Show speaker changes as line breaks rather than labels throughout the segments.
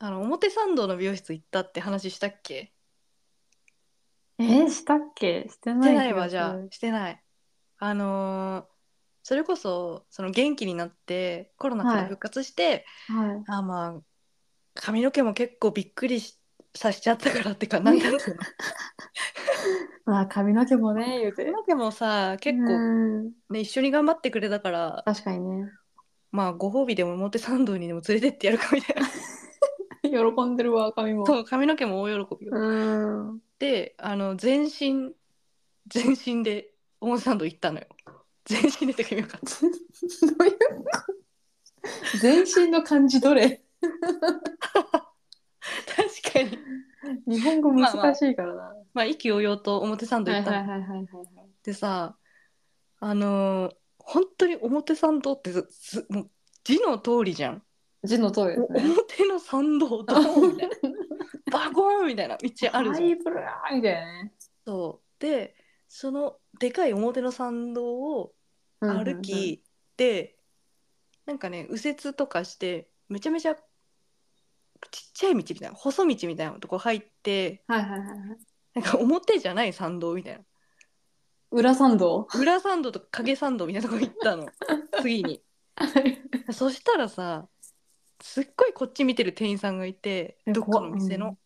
表参道の美容室行ったって話したっけ
えーしたっけして
して
な
ない
気
い
が
わ
す
じゃあ
る
してないあのーそれこそその元気になってコロナから
はい
復活して、
はい。
あーまあ髪の毛も結構びっくりしさせちゃったからってか なんだろうな
まあ、髪の毛もね、言うて
髪。の毛もさ結
う
構、
ん
ね、一緒に頑張ってくれたから
確かにね。
まあご褒美でも表参道にでも連れてってやるかみたいな
喜んでるわ、髪も。
そう髪の毛も大喜びよ、
うん。
であの全身全身で表参道行ったのよ全身でって髪よかった
どういうこと 全身の漢字どれ
確かに
日本語
まあまあ
難しいからな。
まあ意気揚々と表参道行ったの、
はいはい。
でさあのー本当に表参道ってずずもう字の通りじゃん、
字の通りです
お
ね。
表の参道ドーン みたいなバコーンみたいな道あるじゃん、
ハイブラーみたいなね。
そうでそのでかい表の参道を歩き、でなんかね右折とかしてめちゃめちゃちっちゃい道みたいな細道みたいなとこ入って
うんうんうん。はいはいはいはい。
なんか表じゃない参道みたい
裏参 道
な裏参道とか影参道みたいなとこ行った の次にそしたらさすっごいこっち見てる店員さんがいて
え
どっかの店の、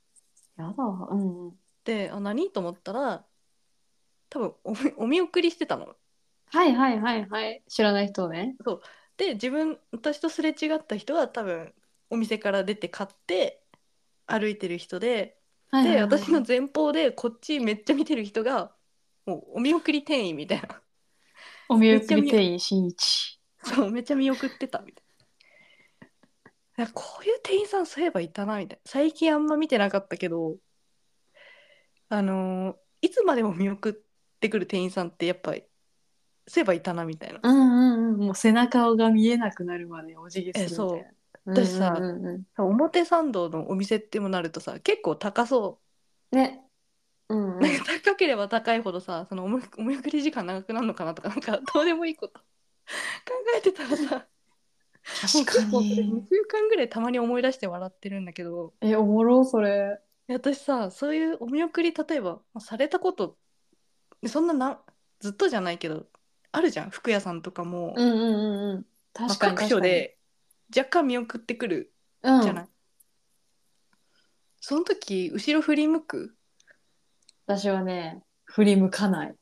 怖っやだわ。うんうん。
であ何と思ったら多分お見お見送りしてたの
はいはいはいはい。知らない人ね。
で自分私とすれ違った人は多分お店から出て買って歩いてる人で
はいはい
で
はい
私の前方でこっちめっちゃ見てる人がもうお見送り店員みたいな
お見送り店員しんいち。
そうめっちゃ見送ってたみたいないやこういう店員さんそういえばいたなみたいな最近あんま見てなかったけどあのーいつまでも見送ってくる店員さんってやっぱりそういえばいたなみたいな
うんうんうん。もう背中が見えなくなるまでお辞儀するみたいな。
え
うん
私さ
うんうん
表参道のお店ってもなるとさ結構高そう
ね。うんうん
なんか高ければ高いほどさそのおもお見送り時間長くなるのかなとかなんかどうでもいいこと 考えてたらさもう
確
結構
か
それ2
に。
週間ぐらいたまに思い出して笑ってるんだけど
え、おもろそれ。
いや私さそういうお見送り例えばまあされたことそんななずっとじゃないけどあるじゃん服屋さんとかも、
うんうんうんうん。
まあ
確かに。
各所で若干見送ってくる
確かに、
じゃない、
うん。
その時後ろ振り向く
私はね、振り向かない。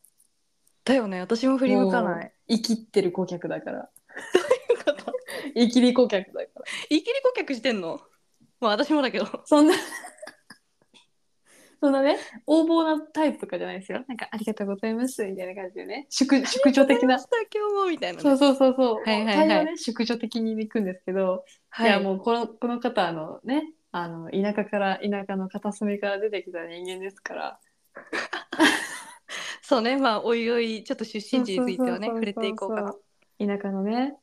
だよね私も振り向かない
もう。生きってる顧客だから。
よかった
生きり顧客だから。
いきり顧客してんのまあ私もだけど
そんな そんなね横暴なタイプとかじゃないですよなんか「ありがとうございます」みたいな感じでね宿宿女 的な
明日今日もみたいなね、
そうそうそうそう
はいはいはい
対応ね宿女的に行くんですけど、、
はい
やもうこのこの方あのねあの田舎から田舎の片隅から出てきた人間ですから
そうねまあおいおいちょっと出身地についてはね
そうそうそうそう
触れていこうかな
田舎のね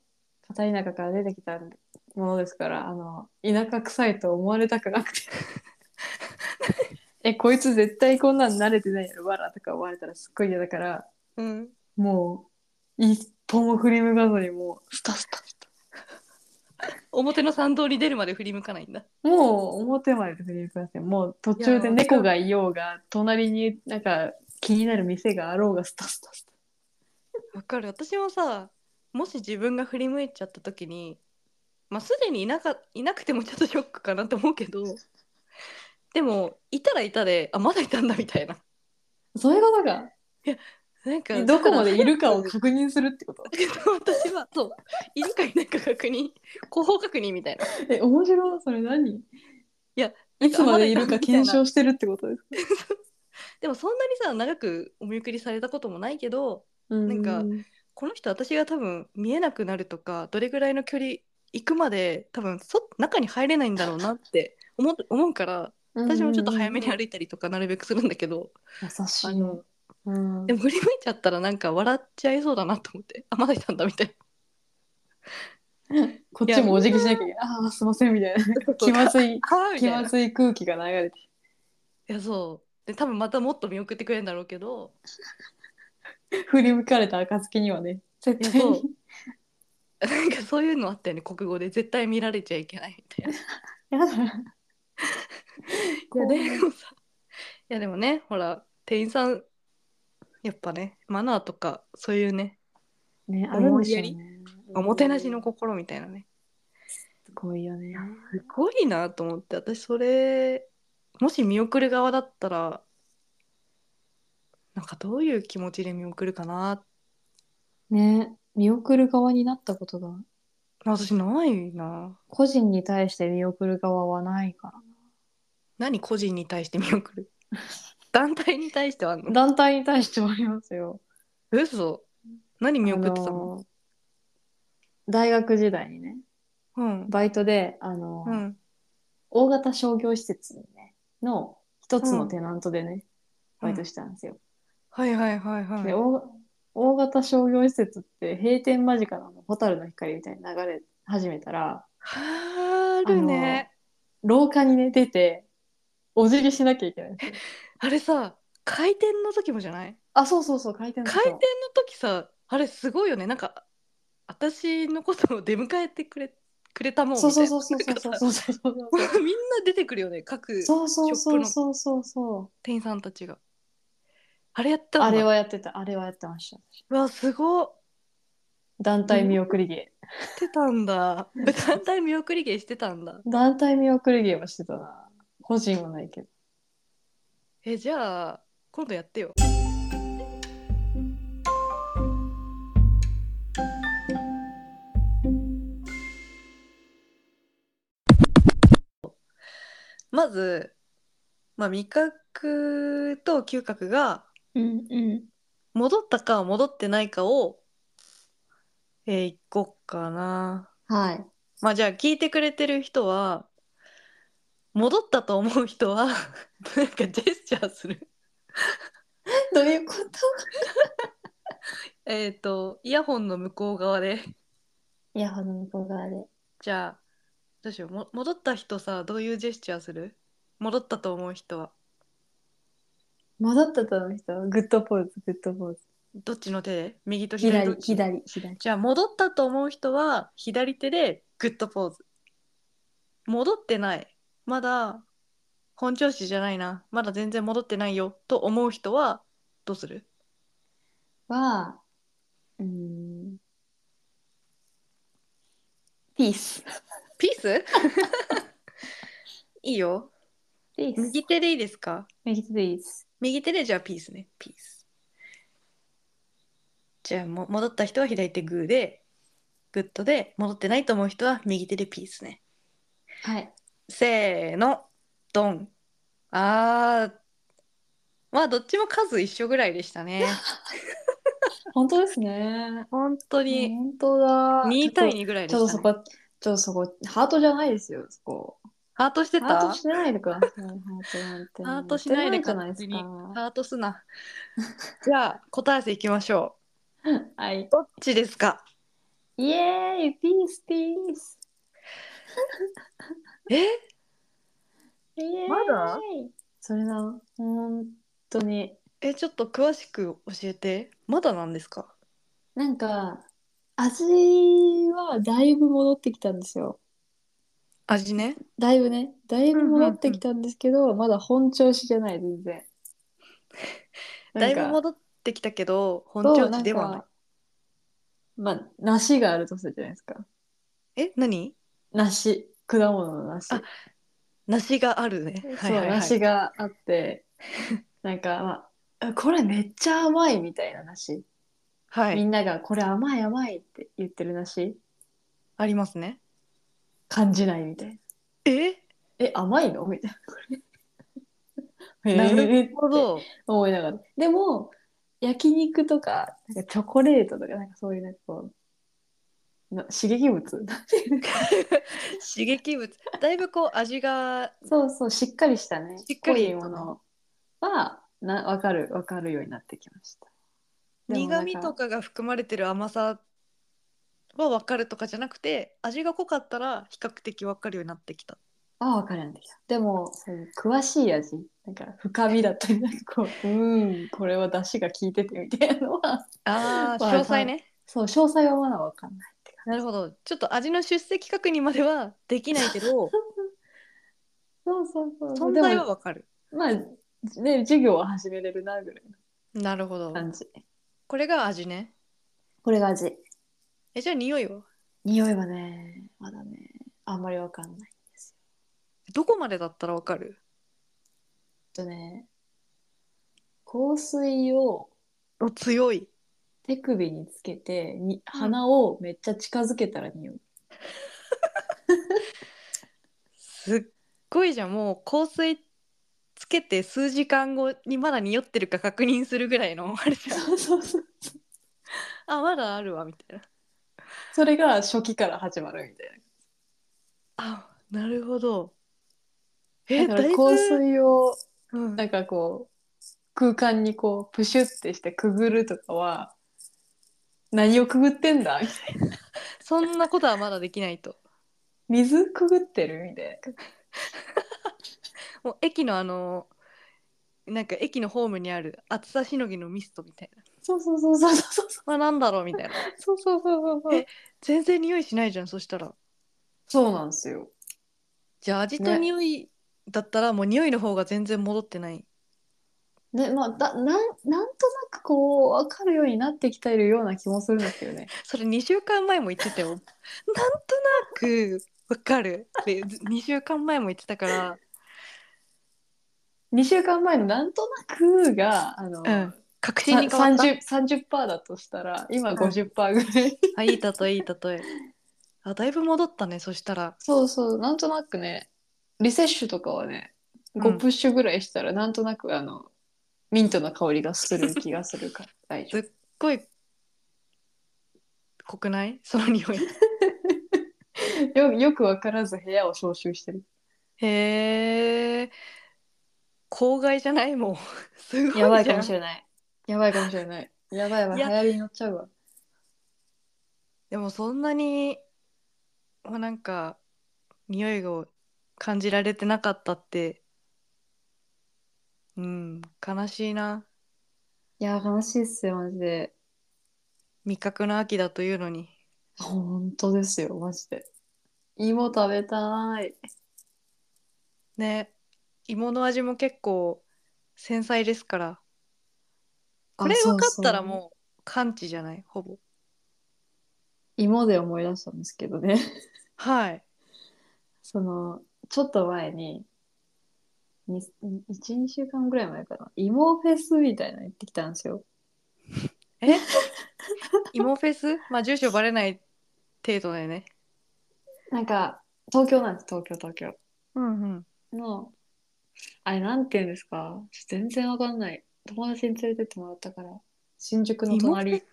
片田舎から出てきたものですからあの田舎臭いと思われたくなく てえこいつ絶対こんなん慣れてないやろわらとか思われたらすっごい嫌だから
うん
もう一歩も振り向かずにもうスタスタスタ
表の参道に出るまで振り向かないんだ
もう表まで振り向かなくてもう途中で猫がいようが隣になんか気になる店があろうがスタスタスタ
わかる私もさもし自分が振り向いちゃった時にまあすでにいなかいなくてもちょっとショックかなと思うけど でもいたらいたであまだいたんだみたいな
そういうことか
なんか
どこまでいるかを
だ
確認するってこと
から私はそういるかいないか確認後方確認みたいな
え面白いそれ何い
や
いつまでいるか検証してるってことですか
でもそんなにさ長くお見送りされたこともないけどなんかこの人私が多分見えなくなるとかどれぐらいの距離行くまで多分そ中に入れないんだろうなって思う思うから私もちょっと早めに
る
歩いたりとかなるべくするんだけど
優し
あ
い
の
の、うん
でも振り向いちゃったらなんか笑っちゃいそうだなと思ってあまだいたんだみたいな
こっちもお辞儀しなきゃいけないああすいませんみた いな気まずい
あーみ
気
たい
ま
な
ずい空気が流れて
いやそうで多分またもっと見送ってくれるんだろうけど
振り向かれた暁にはね絶対
いや
に
そ なんかそういうのあったよね国語で絶対見られちゃいけないみたいな
やだ
いやでもさいやでもねほら店員さんやっぱねマナーとかそういうね
ね、あ
あ
る
る
ん
んで
で
すす
よ
よ
ね。
おもてなしの心みたいなね
すごいよね。
すごいなと思って私それもし見送る側だったらなんかどういう気持ちで見送るかな
ね、見送る側になったことが、
私ないな
個人に対して見送る側はないか
何個人に対して見送る団体に対してはあん
ら。
の
団体に対してはありますよ。
嘘何見送ってた
あ
の、
の大学時代にね、
うん
バイトで、あの、
うん
大型商業施設にね、の一つのテナントでね、バイトしてたんですよ。
はいはいはいはい
で大、大型商業施設って閉店間近なの、ホタルの光みたいに流れ始めたら、
はあるね
廊下にね出てお辞儀しなきゃいけないんですよ
あれさ回転の時もじゃない
あそうそうそう回転の
回転の時さあれすごいよねなんか私のことを出迎えてくれくれたもんみた
そ
いうな
そうそうそうそう
なんか
そうそうそうそう
さ みんな出てくるよね各
そうそうそうそうそ
店員さんたちがあれやっ
う
たんだ
あれはやってたあれはやってました
うわすごっ
団体見送り芸、
やってたんだ 団体見送り芸してたんだ
団体見送り芸はしてたな個人はないけど
えじゃあ今度やってよまず、まあ、味覚と嗅覚が
うんうん
戻ったか戻ってないかをえー、いこうかな
はい
まあじゃあ聞いてくれてる人は戻ったと思う人は なんかジェスチャーする
どういうこと
えっ、とイヤホンの向こう側で
いやあの向こう側で
じゃあどうしようも戻った人さどういうジェスチャーする戻ったと思う人は
戻ったとの人グッドポーズグッドポーズ
どっちの手で右と左ど
左
っち
左左
じゃあ戻ったと思う人は左手でグッドポーズ戻ってないまだ本調子じゃないなまだ全然戻ってないよと思う人はどうする
はうんピース
ピース いいよ
ピー
右手でいいですか
右手でいいです。
右手でじゃあピースねピースじゃあも戻った人は左手グーでグッドで戻ってないと思う人は右手でピースね
はい。
せーのドンあーまあどっちも数一緒ぐらいでした ね
本当ですね。
本当に
本当だ。
2対2ぐらいで
ちょっと
した、
そ
ね、
こ、ちょっとそこ、ハートじゃないですよ、そこ。
ハートして
ハー
た
トしないでくださ い。ハートなんて。
ハートしないで
じゃ
勝
ないで
手
す
に
か。
ハートすな じゃあ答え合わせいきましょ
はい。
うどっちですか
イエーイピースピース
え
イエーイ
まだ
それな、本当に。
えちょっと詳しく教えてまだなんですか
なんか、味はだいぶ戻ってきたんですよ。
味ね
だいぶね、だいぶ戻ってきたんですけど、まだ本調子じゃない、全然。
だいぶ
なんか
戻ってきたけど本調子ではない
そうなんかまあ、梨があるとするじゃないですか。
え何
梨、果物の梨。
あ梨があるね
そう、梨が あって、なんか、まあ、あこれめっちゃ甘いみたいな梨。
は
み
い
んながこれ甘い甘いって言ってる梨、
ありますね
感じないみたいな。
え
え、甘いのみたいな。これ
な
えーっ
る
て
ほど
思いながら。でも、焼肉とか、なんかチョコレートとか、なんかそういうなんかこう、な刺激物
刺激物だいぶこう味が
そうそう、しっかりしたね。
しっかり
濃いものは、な、わかる、わかるようになってきました。でもな
苦
ん
味とかが含まれてる甘さは分かるとかじゃなくて味が濃かったら比較的分かるようになってきた
あ、わかるようになってきた。でも、そういう詳しい味、なんか深みだったり、なん かこう、うーん、これは出汁が効いててみたいなのは、
あー
ま
詳
あ
細ね
そう、詳細はまだわかんないって感
なるほどちょっと味の出席確認まではできないけど
そうそうそう。
存在
で
は
も
わかる
まあ、ね、授業は始めれるなぐらい
なるほど
の感じ。
これが味ね
これが味。
えじゃあ匂いは
匂いはね、まだね、あんまりわかんない。
どこまでだったらわかる
えっとね、香水を
お強い
手首につけてに、鼻をめっちゃ近づけたら匂う。
すっごいじゃんもう香水つけて数時間後にまだ匂ってるか確認するぐらいのあれじゃん
そうそうそう。
あまだあるわみたいな
それが初期から始まるみたいな。
あなるほどえだ
だから
いぶ、
香水を
うん
なんかこう空間にこうプシュってしてくぐるとかは何をくぐってんだみたいな
そんなことはまだできないと
水くぐってるみたいな
もう駅のあのなんか駅のホームにある暑さしのぎのミストみたいな
そうそうそうそうそう
まあなんだろうみたいな
そうそうそうそう
え全然匂いしないじゃんそしたら
そうなんですよ
じゃあ味と
ね
匂いだったらもう匂いの方が全然戻ってない
ねまあだなんなんとなくこう分かるようになってきてるような気もするんですけどね
それ2週間前も言って たよなんとなくわかるで2週間前も言ってたから
2週間前のなんとなくがあの、
うん確
さ
信に変わった
30 30%だとしたら今
うん
50%ぐらい、
あいい例えいい例えあだいぶ戻ったねそしたら
そうそう、なんとなくね、リセッシュとかはね、
うん
5プッシュぐらいしたら、なんとなくあの、ミントの香りがする気がする から、大丈
すっごい濃くないその匂い
夫。よよくわからず部屋を消臭してる。
へ え公害じゃないもうすごいじゃん
やばいかもしれない。 やばいかもしれない。やばいわ、
い
流
や
行りに乗っちゃうわ。
でもそんなにまあなんか匂いを感じられてなかったってうん悲しいない
や、悲しいっすよ、マジで。
味覚の秋だというのに
本当ですよ、マジで。芋食べたい。
ね芋の味も結構繊細ですからこれ
あ
分かったら
そうそう
もう完治じゃないほぼ
芋で思い出したんですけどね。
はい
そのちょっと前に12週間ぐらい前かな芋フェスみたいなの行ってきたんですよ
え芋フェス まあ住所バレない程度だよね
なんか東京なんです東京東京
うんうん
のあれなんて言うんですか全然わかんない友達に連れてってもらったから新宿の
芋
隣
フェス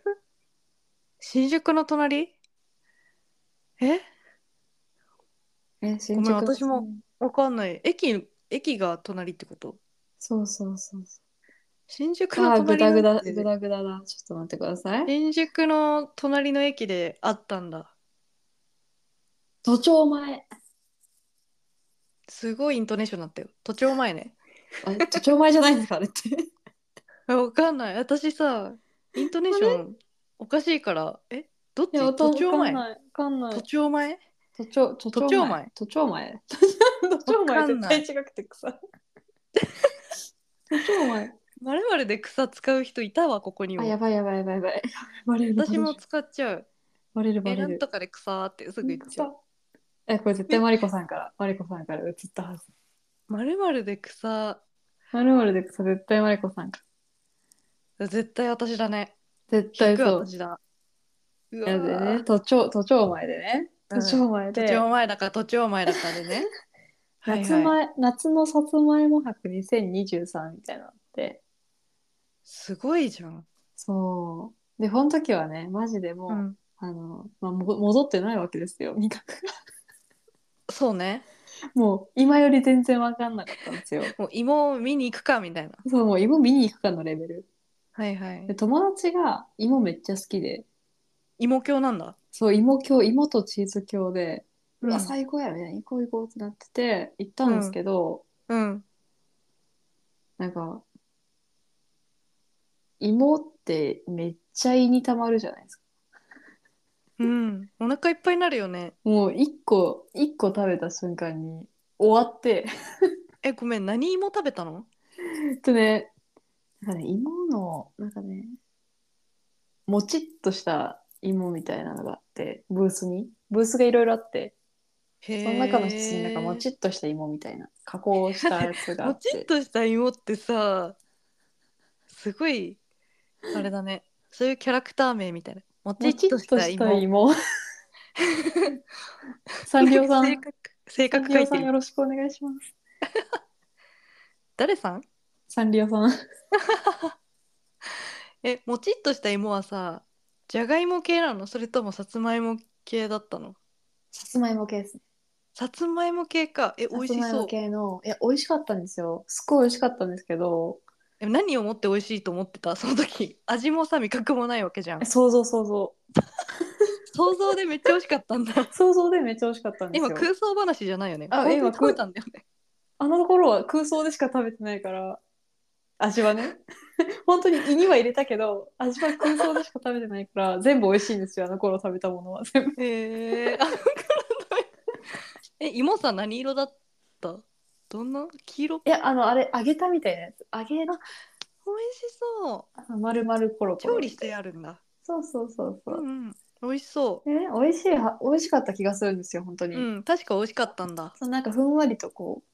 新宿の隣え
え新
ごめん私もわかんない駅駅が隣ってこと
そうそうそうそ
新宿
うあ
の
ーグダ
隣
グ
の
ダグダグダだちょっと待ってください
新宿の隣の駅であったんだ
都庁前
すごいイントネーションだったよ都庁前ね
あ都庁前じゃないんですかあ れって
えわかんない私さイントネーションおかしいからえどっち
いやわか
都
ん
庁前
わかんない
都庁前
都庁都
都庁前
都庁前 都庁前絶対違く て草都庁前
まるまるで草使う人いたわここに
あや
も
ばいやばいやばいやばいバレる
私も使っちゃう
バレるバ
え
レ
な
る
んとかで草ってすぐ言っちゃう
えこれ絶対マリコさんからマリコさんから映ったはず
まるまるで草
まるまるで草絶対マリコさんか
絶対私だね
ら絶
引
対
く
そう
私だうわ
やで
ー
ね都庁都庁前でね
うん
都庁前
都
で、
庁前だから都庁前だからで ね
夏前、夏のさつまいも博2023みたいなのあって
すごいじゃん、
そうでこの時はねマジでもう、
うん
あの、まあ、も戻ってないわけですよ味 覚が
そうね
もう今より全然わかんなかったんですよ。
もう芋を見に行くかみたいな
そう、もう芋見に行くかのレベル。
はいはい
で、友達が芋めっちゃ好きで、
芋教なんだ
そう、芋教、芋とチーズ教で、う
う
わ、
ん
最高やみたいな、行こう行こうってなってて、行ったんですけど、
うん
なんか、芋ってめっちゃ胃にたまるじゃないですか。
うんお腹いっぱいになるよね
もう一個、一個食べた瞬間に、終わって、
えごめん何芋食べたの
えっとね、なんかね、芋の、なんかね、もちっとした芋みたいなのがあって、ブースに。ブースがいろいろあって、
へ
そ
ー
の中の一つになんかもちっとした芋みたいな、加工したやつがあ
も
っ。
ちってとした芋ってさすごいあれだねそういうキャラクター名みたいな もち
も
っ
ちっ
と
と
し
したた
芋
芋。 サンリオさん、
性格性格書
サンリオ
い
さ
て
んよ
る
ろしくお願いします。
誰さん
サンリオさん。
えもちっとした芋はさじゃがいも系なのそれともさつまいも系だったの
さつまいも系ですね。
さつまいも系かえ美味
さつ
し
まい
そ
も
う
系の、いや、美味しかったんですよ。すっごい美味しかったんですけど、
え何をもって美味しいと思ってたその時味もさ味覚もないわけじゃん
想像想像。
想像でめっちゃ美味しかったんだ
想像でめっちゃ美味しかったんですよ。
今空想話じゃないよね
あ
本当に
今
食べたんだよね
あの頃は空想でしか食べてないから味はね 本当に胃には入れたけど味は空想でしか食べてないから全部美味しいんですよあの頃食べたものは全部
えー、あのからのえ芋さ何色だったどんな黄色
いやあのあれ揚げたみたいなやつ揚げの
美味しそう
丸々コロコロ
調理してあるんだ
そうそうそうそうう、
ん、うん、美味しそ
でね美味しいは美味しかった気がするんですよ本当
う
に、
うん確か美味しかったんだ
そのなんかふんわりとこう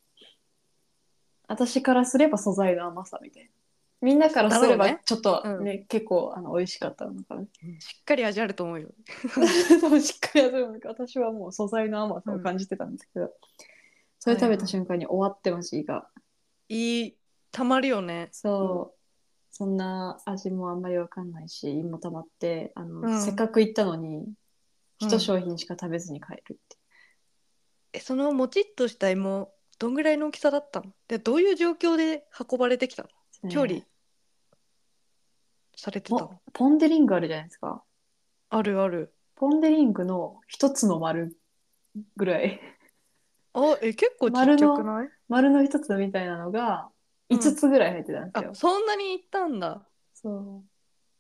私からすれば素材の甘さみたいなみんなからすれ
だろう
ば
ね
ちょっとね
うん
結構あの美味しかったのかな
しっかり味あると思うよ
多分しっかりやるのか私はもう素材の甘さを感じてたんですけど、それ食べた瞬間に終わってましいが
いいたまるよね
そう、そんな味もあんまりわかんないし芋たまってあの、
うん
せっかく行ったのに
うん
一商品しか食べずに帰るって、
えそのもちっとした芋どんぐらいの大きさだったのでどういう状況で運ばれてきたの
ね
調理されてた
ポ
の
ポン・デ・リングあるじゃないですか
あるある
ポン・デ・リングの一つの丸ぐらい
あえ結構ちっ
丸
ちゃ
の
くない
丸の一つみたいなのが
うん
5つぐらい入ってたんですよ、
あそんなにいったんだ
そ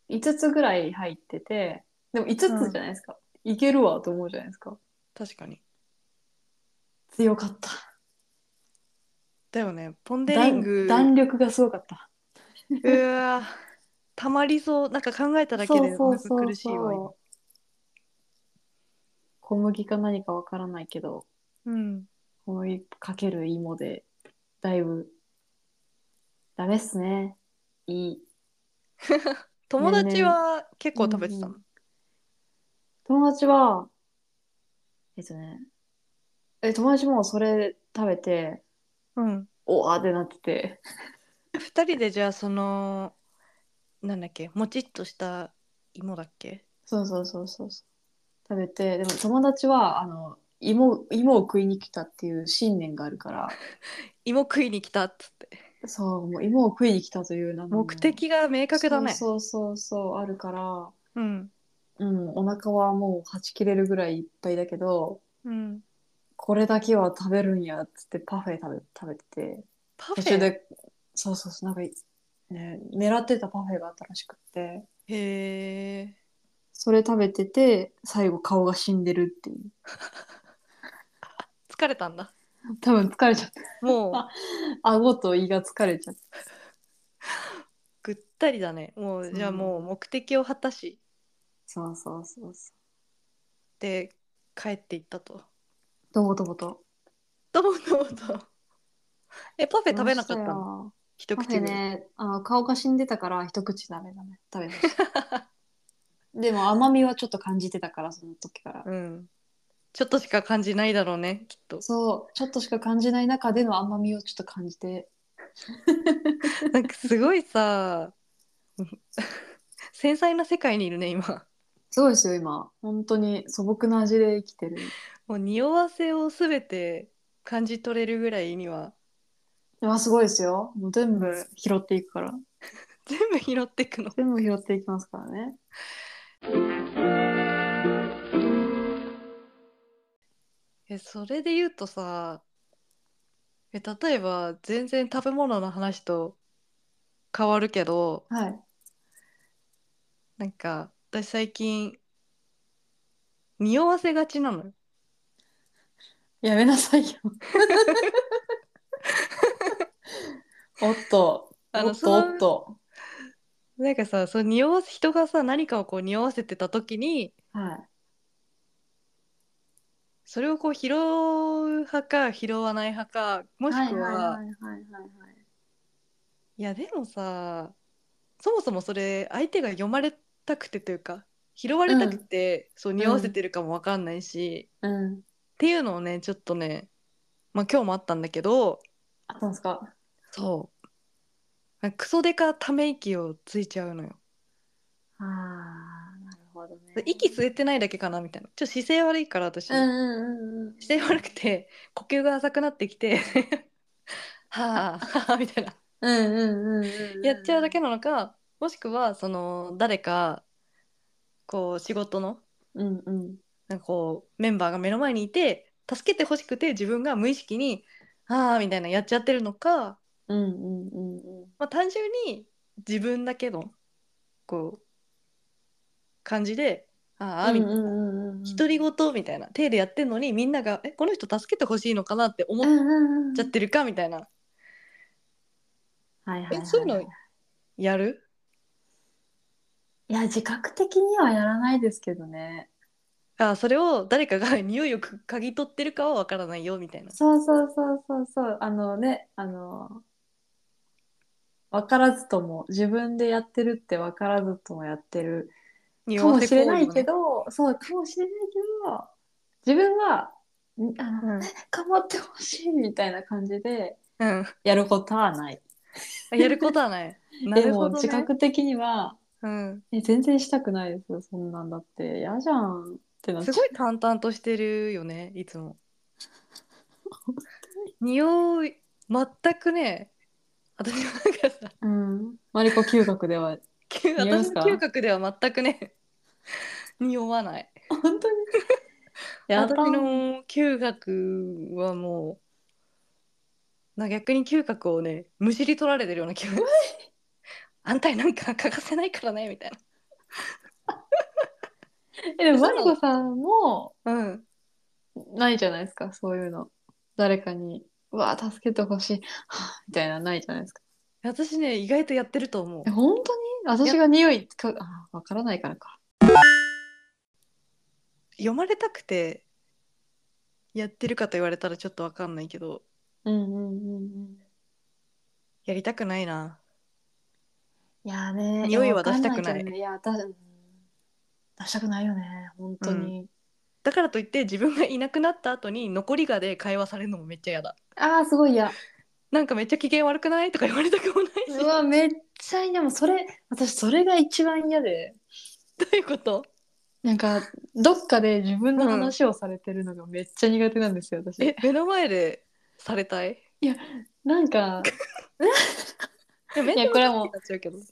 う。5つぐらい入ってて、でも5つじゃないですか。いけるわと思うじゃないですか。
確かに
強かった。
だよねポン・デ・リング
弾弾力がすごかった。
うわーたまりそうなんか考えただけでお腹苦しいわ今
う。小麦か何かわからないけど、
うん
小麦かける芋で、だいぶ、ダメっすね。いい。
友達は結構食べてたの、
うん友達は、えっとね、え、友達もそれ食べて、
うん
おわーってなってて。
2人でじゃあそのなんだっけもちっとした芋だっけ
そうそうそうそうそう食べてでも友達はあの芋芋を食いに来たっていう信念があるから
芋食いに来たっつって
そうもう芋を食いに来たという名
目的が明確だね
そうそうそうそうあるから
うん
うんお腹はもうはち切れるぐらいいっぱいだけど
うん
これだけは食べるんやっつってパフェ食べ食べてて
パフ
途中
ェ
でそうそうそうなんかいね狙ってたパフェがあったらしくって
へえ
それ食べてて最後顔が死んでるっていう
疲れたんだ
多分疲れちゃった
もう
あ顎と胃が疲れちゃって
ぐったりだねも
そうう
じゃあもう目的を果たし
そうそうそうそう
で帰っていったと
どぼどぼと。
どうもどうもどうもえパフェ食べなかったの
の
一
パフ
口で、
ェね、あの顔が死んでたから一口食べだね。食べました。 でも甘みはちょっと感じてたから、その時から。
うんちょっとしか感じないだろうねきっと
そう、ちょっとしか感じない中での甘みをちょっと感じて。
なんかすごいさ繊細な世界にいるね今
すごいですよ、今。本当に素朴な味で生きてる。
もう匂わせを全て感じ取れるぐらいにはい
や、すごいですよ。もう全部拾っていくから。
全部拾っていくの
全部拾っていきますからね。
えそれで言うとさえ例えば全然食べ物の話と変わるけど
はい。
なんか私最近匂わせがちなのよ
やめなさいよ。 おっと、
あ
お
の
っ
そ
と、
の
おっと。
なんかさその匂わせ人がさ何かをこう匂わせてた時に
はい。
それをこう拾う派か拾わない派かもしくは,、
は
い
いはいはいはい
やでもさそもそもそれ相手が読まれたくてというか拾われたくて、そう匂わせてるかもわかんないし、
はい。うん。
っていうのをねちょっとねまあ今日もあったんだけど
あったんですか
そうクソデカため息をついちゃうのよ
ああ、なるほどね
息吸えてないだけかなみたいなちょっと姿勢悪いから私、
うんうんうんうん。
姿勢悪くて呼吸が浅くなってきてはあ はあみたいな
うんうんうんうん。
やっちゃうだけなのかもしくはその誰かこう仕事の
うんうん。
なんかこうメンバーが目の前にいて助けてほしくて自分が無意識に「ああ」みたいなやっちゃってるのか、
うんうんうんうん。
まあ、単純に自分だけのこう感じで「ああ」みたいな。
な
独り言みたいな手でやってんのにみんなが「えこの人助けてほしいのかな?」って思
う
っ
んうんうん
ちゃってるかみたいな
はいはいは
えそういうのやる
いや自覚的にはやらないですけどね
あそれを誰かが 匂いをく嗅ぎ取ってるかはわからないよみたいな。
そうそうそうそうそうあのねあの分からずとも自分でやってるって分からずともやってる
匂
かも
わ
し
せ
れ
行為を
な
ね
いけど、そうかもしれないけど自分はんあの
うん
頑張ってほしいみたいな感じで
うん
やることはない。
あやることは ない。な
で
るほ
も
ど、ね、
自覚的には
うん、
え全然したくないですよそんなんだって嫌じゃんってなっちゃ
す
う
ごい淡々としてるよねいつも。匂い全くね私のなんかさ
うん、マリコ嗅覚で は
嗅
匂います
私
か
の嗅覚では全くね匂わない。
本当に やっ
私
たの
の嗅覚はもうな逆に嗅覚をねむしり取られてるような気分です あんたになんか欠かせないからねみたい
えでもマリコさんも
なうん
ないじゃないですかそういうの誰かに「うわあ助けてほしい」はあみたいなのないじゃないですか
私ね意外とやってると思う
え本当に私が匂いかあわからないからか
読まれたくてやってるかと言われたらちょっとわかんないけど
うんうんうんうん
やりたくないない
やーね
匂いは出したくない
やわかんけどねいやだうん出したくないよね本当に、
だからといって自分がいなくなった後に残りがで会話されるのもめっちゃ嫌だ
ああすごい 嫌
なんかめっちゃ機嫌悪くないとか言われたくもないう し
わめっちゃいいでもそれ私それが一番嫌で
どういうこと
なんかどっかで自分の話をされてるのがめっちゃ苦手なんですよ、
え
私。
目の前でされたい
なんか
いや面
い
倒
やこれはもう
くさいってなっち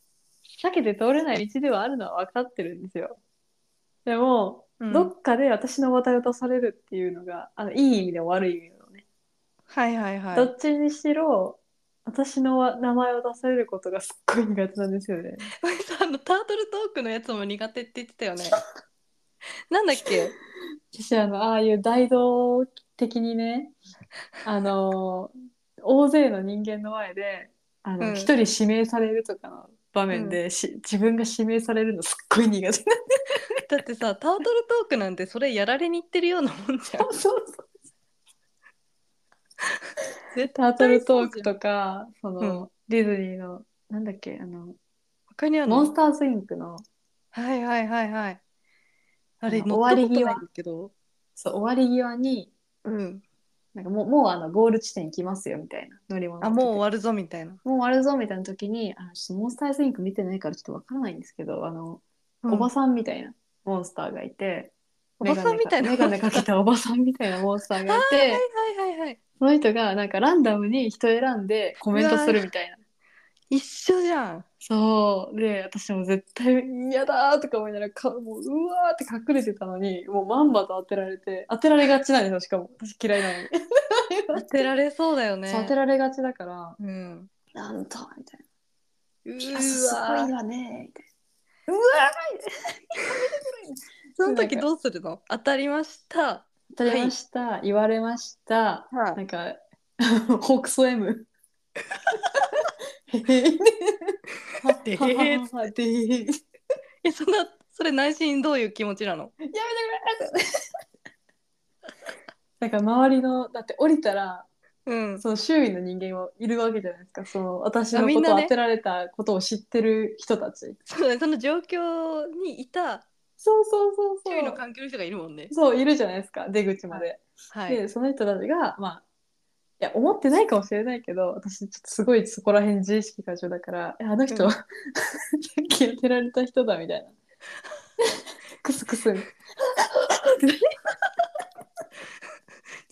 ゃうけど
避けて通れない道ではあるのは分かってるんですよ。でも、
うん
どっかで私の話題を出されるっていうのがあのいい意味でも悪い意味でもね、
はいはいはい。
どっちにしろ私のわ名前を出されることがすっごい苦手なんですよね。
さあのタートルトークのやつも苦手って言ってたよね。なんだっけ？
私あのああいう大道的にねあの大勢の人間の前であ
う
の
ん
一、人指名されるとかの場面で、し自分が指名されるのすっごい苦手 な
だってさタートルトークなんてそれやられに行ってるようなもんじゃん。
のそうそう
絶
タートルトークとかその、
うん
ディズニーのなんだっけあの
他にあるの
モンスターズインクの
はいはいはいはい。あれ
あ
乗
の
ったこと
終わり際
ないんだけど。
そう終わり際に
うん。
なんかもうもうあのゴール地点行きますよみたいな乗り物
あもう終わるぞみたいな。
もう終わるぞみたいな時にあのちょっとモンスターズインク見てないからちょっとわからないんですけどあのおば
さ
さんみたいなモンスターがいて、
おばさんみたいな
メガネかけたおばさんみたいなモンスターがい て、
ん。はいはいはいはい。
その人がなんかランダムに人選んでコメントするみたいな。
一緒じゃん。
そう。で、私も絶対嫌だーとか思いながら、かもううわーって隠れてたのに、もうまんまと当てられて、当てられがちなんですよ、しかも。私嫌いなのに。
当てられそうだよね。
そう当てられがちだから、
うん。
なんと、みたいな。
う
ピアスす
わ
ごい
ー
わねーみたいな。
その時どうするの？当たりました。
当たりました、言われました、
は
なんか 北総 M へへへ
でへ
ははは
へ
はでへへやめて
えそんなそれ内心どういう気持ちなの
くれなんか周りのだって降りたら
うん
その周囲の人間もいるわけじゃないですかその私の
あみ
こ
ん
と
な
を
ね
当てられたことを知ってる人たち、
そうだねその状況にいた
そうそうそう
周囲の
そう
環境の人がいるもんね
そういるじゃないですか出口まで、
は
でその人たちがまあいや思ってないかもしれないけど私ちょっとすごいそこら辺自意識過剰だからいやあの人、
うん
さっ き当てられた人だみたいな クスクス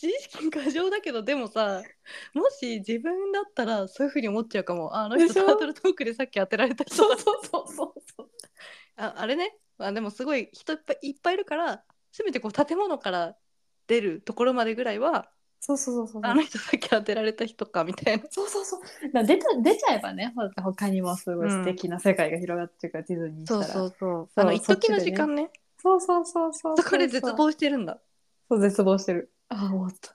自意識過剰だけどでも さもし自分だったらそういうふうに思っちゃうかもああの
で
人
しょ
タートルトークでさっき当てられた人
そ
だ
うそうそうそうそう
ああれねあでもすごい人いっぱいいっぱいいるからせめてこう建物から出るところまでぐらいは
そうそうそうそう
あの人さっき当てられた人かみたいな
そうそうそうだから出た出ちゃえばねほ他にもすごい素敵な世界が広がってるから、ディズニーにしたらそう
うそうあの一時の時間ね
そうそうそうそう
そこで絶望してるんだ
そう絶望してるああ終わった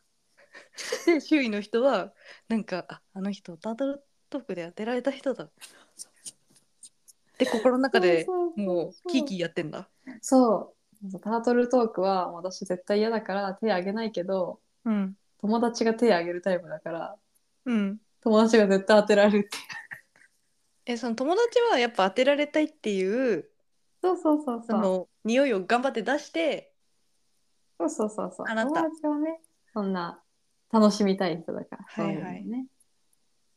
で周囲の人はなんかああの人タートルトークで当てられた人だで心の中で
そうそう
もうキーキーやってんだ
そう。タートルトークはもう私絶対嫌だから手あげないけど、
うん
友達が手あげるタイプだから、
うん
友達が絶対当てられるって。
えその友達はやっぱ当てられたいっていう
そうそうそう
そ
そう。
の匂いを頑張って出して
そうそうそうそう。
あなた
友達はね、そんな楽しみたい人だから。
はいはい
そううのね。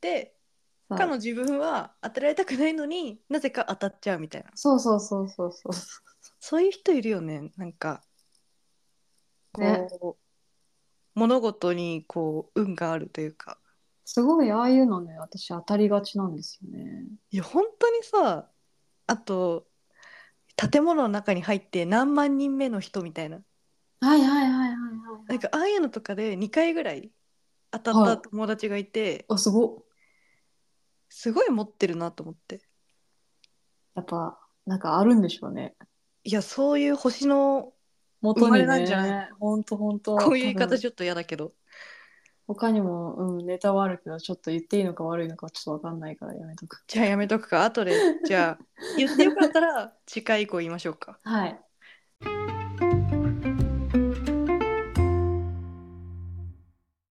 で
そう
かの自分は当てられたくないのになぜか当たっちゃうみたいな
そうそうそうそうそう。
そういう人いるよねなんかこう、
ね
物事にこう運があるというか
すごいああいうのね、私当たりがちなんですよね。
いや本当にさあと建物の中に入って何万人目の人みたいな
はいはいはいはいは
なん
い。
かああいうのとかで2回ぐらい当たった友達がいて、
あ、すごっ。
すごい持ってるなと思って。
やっぱ、なんかあるんでしょうね。
いやそういう星の
元
生まれ
ね
なんじゃない
ほんとほんと。
こういう言い
多分
方ちょっと嫌だけど
他にも、うん、ネタはあるけど、ちょっと言っていいのか悪いのかちょっとわかんないからやめとく。
じゃあやめ とくか後でじゃあ言ってよかったら次回以降言いましょうか
はい。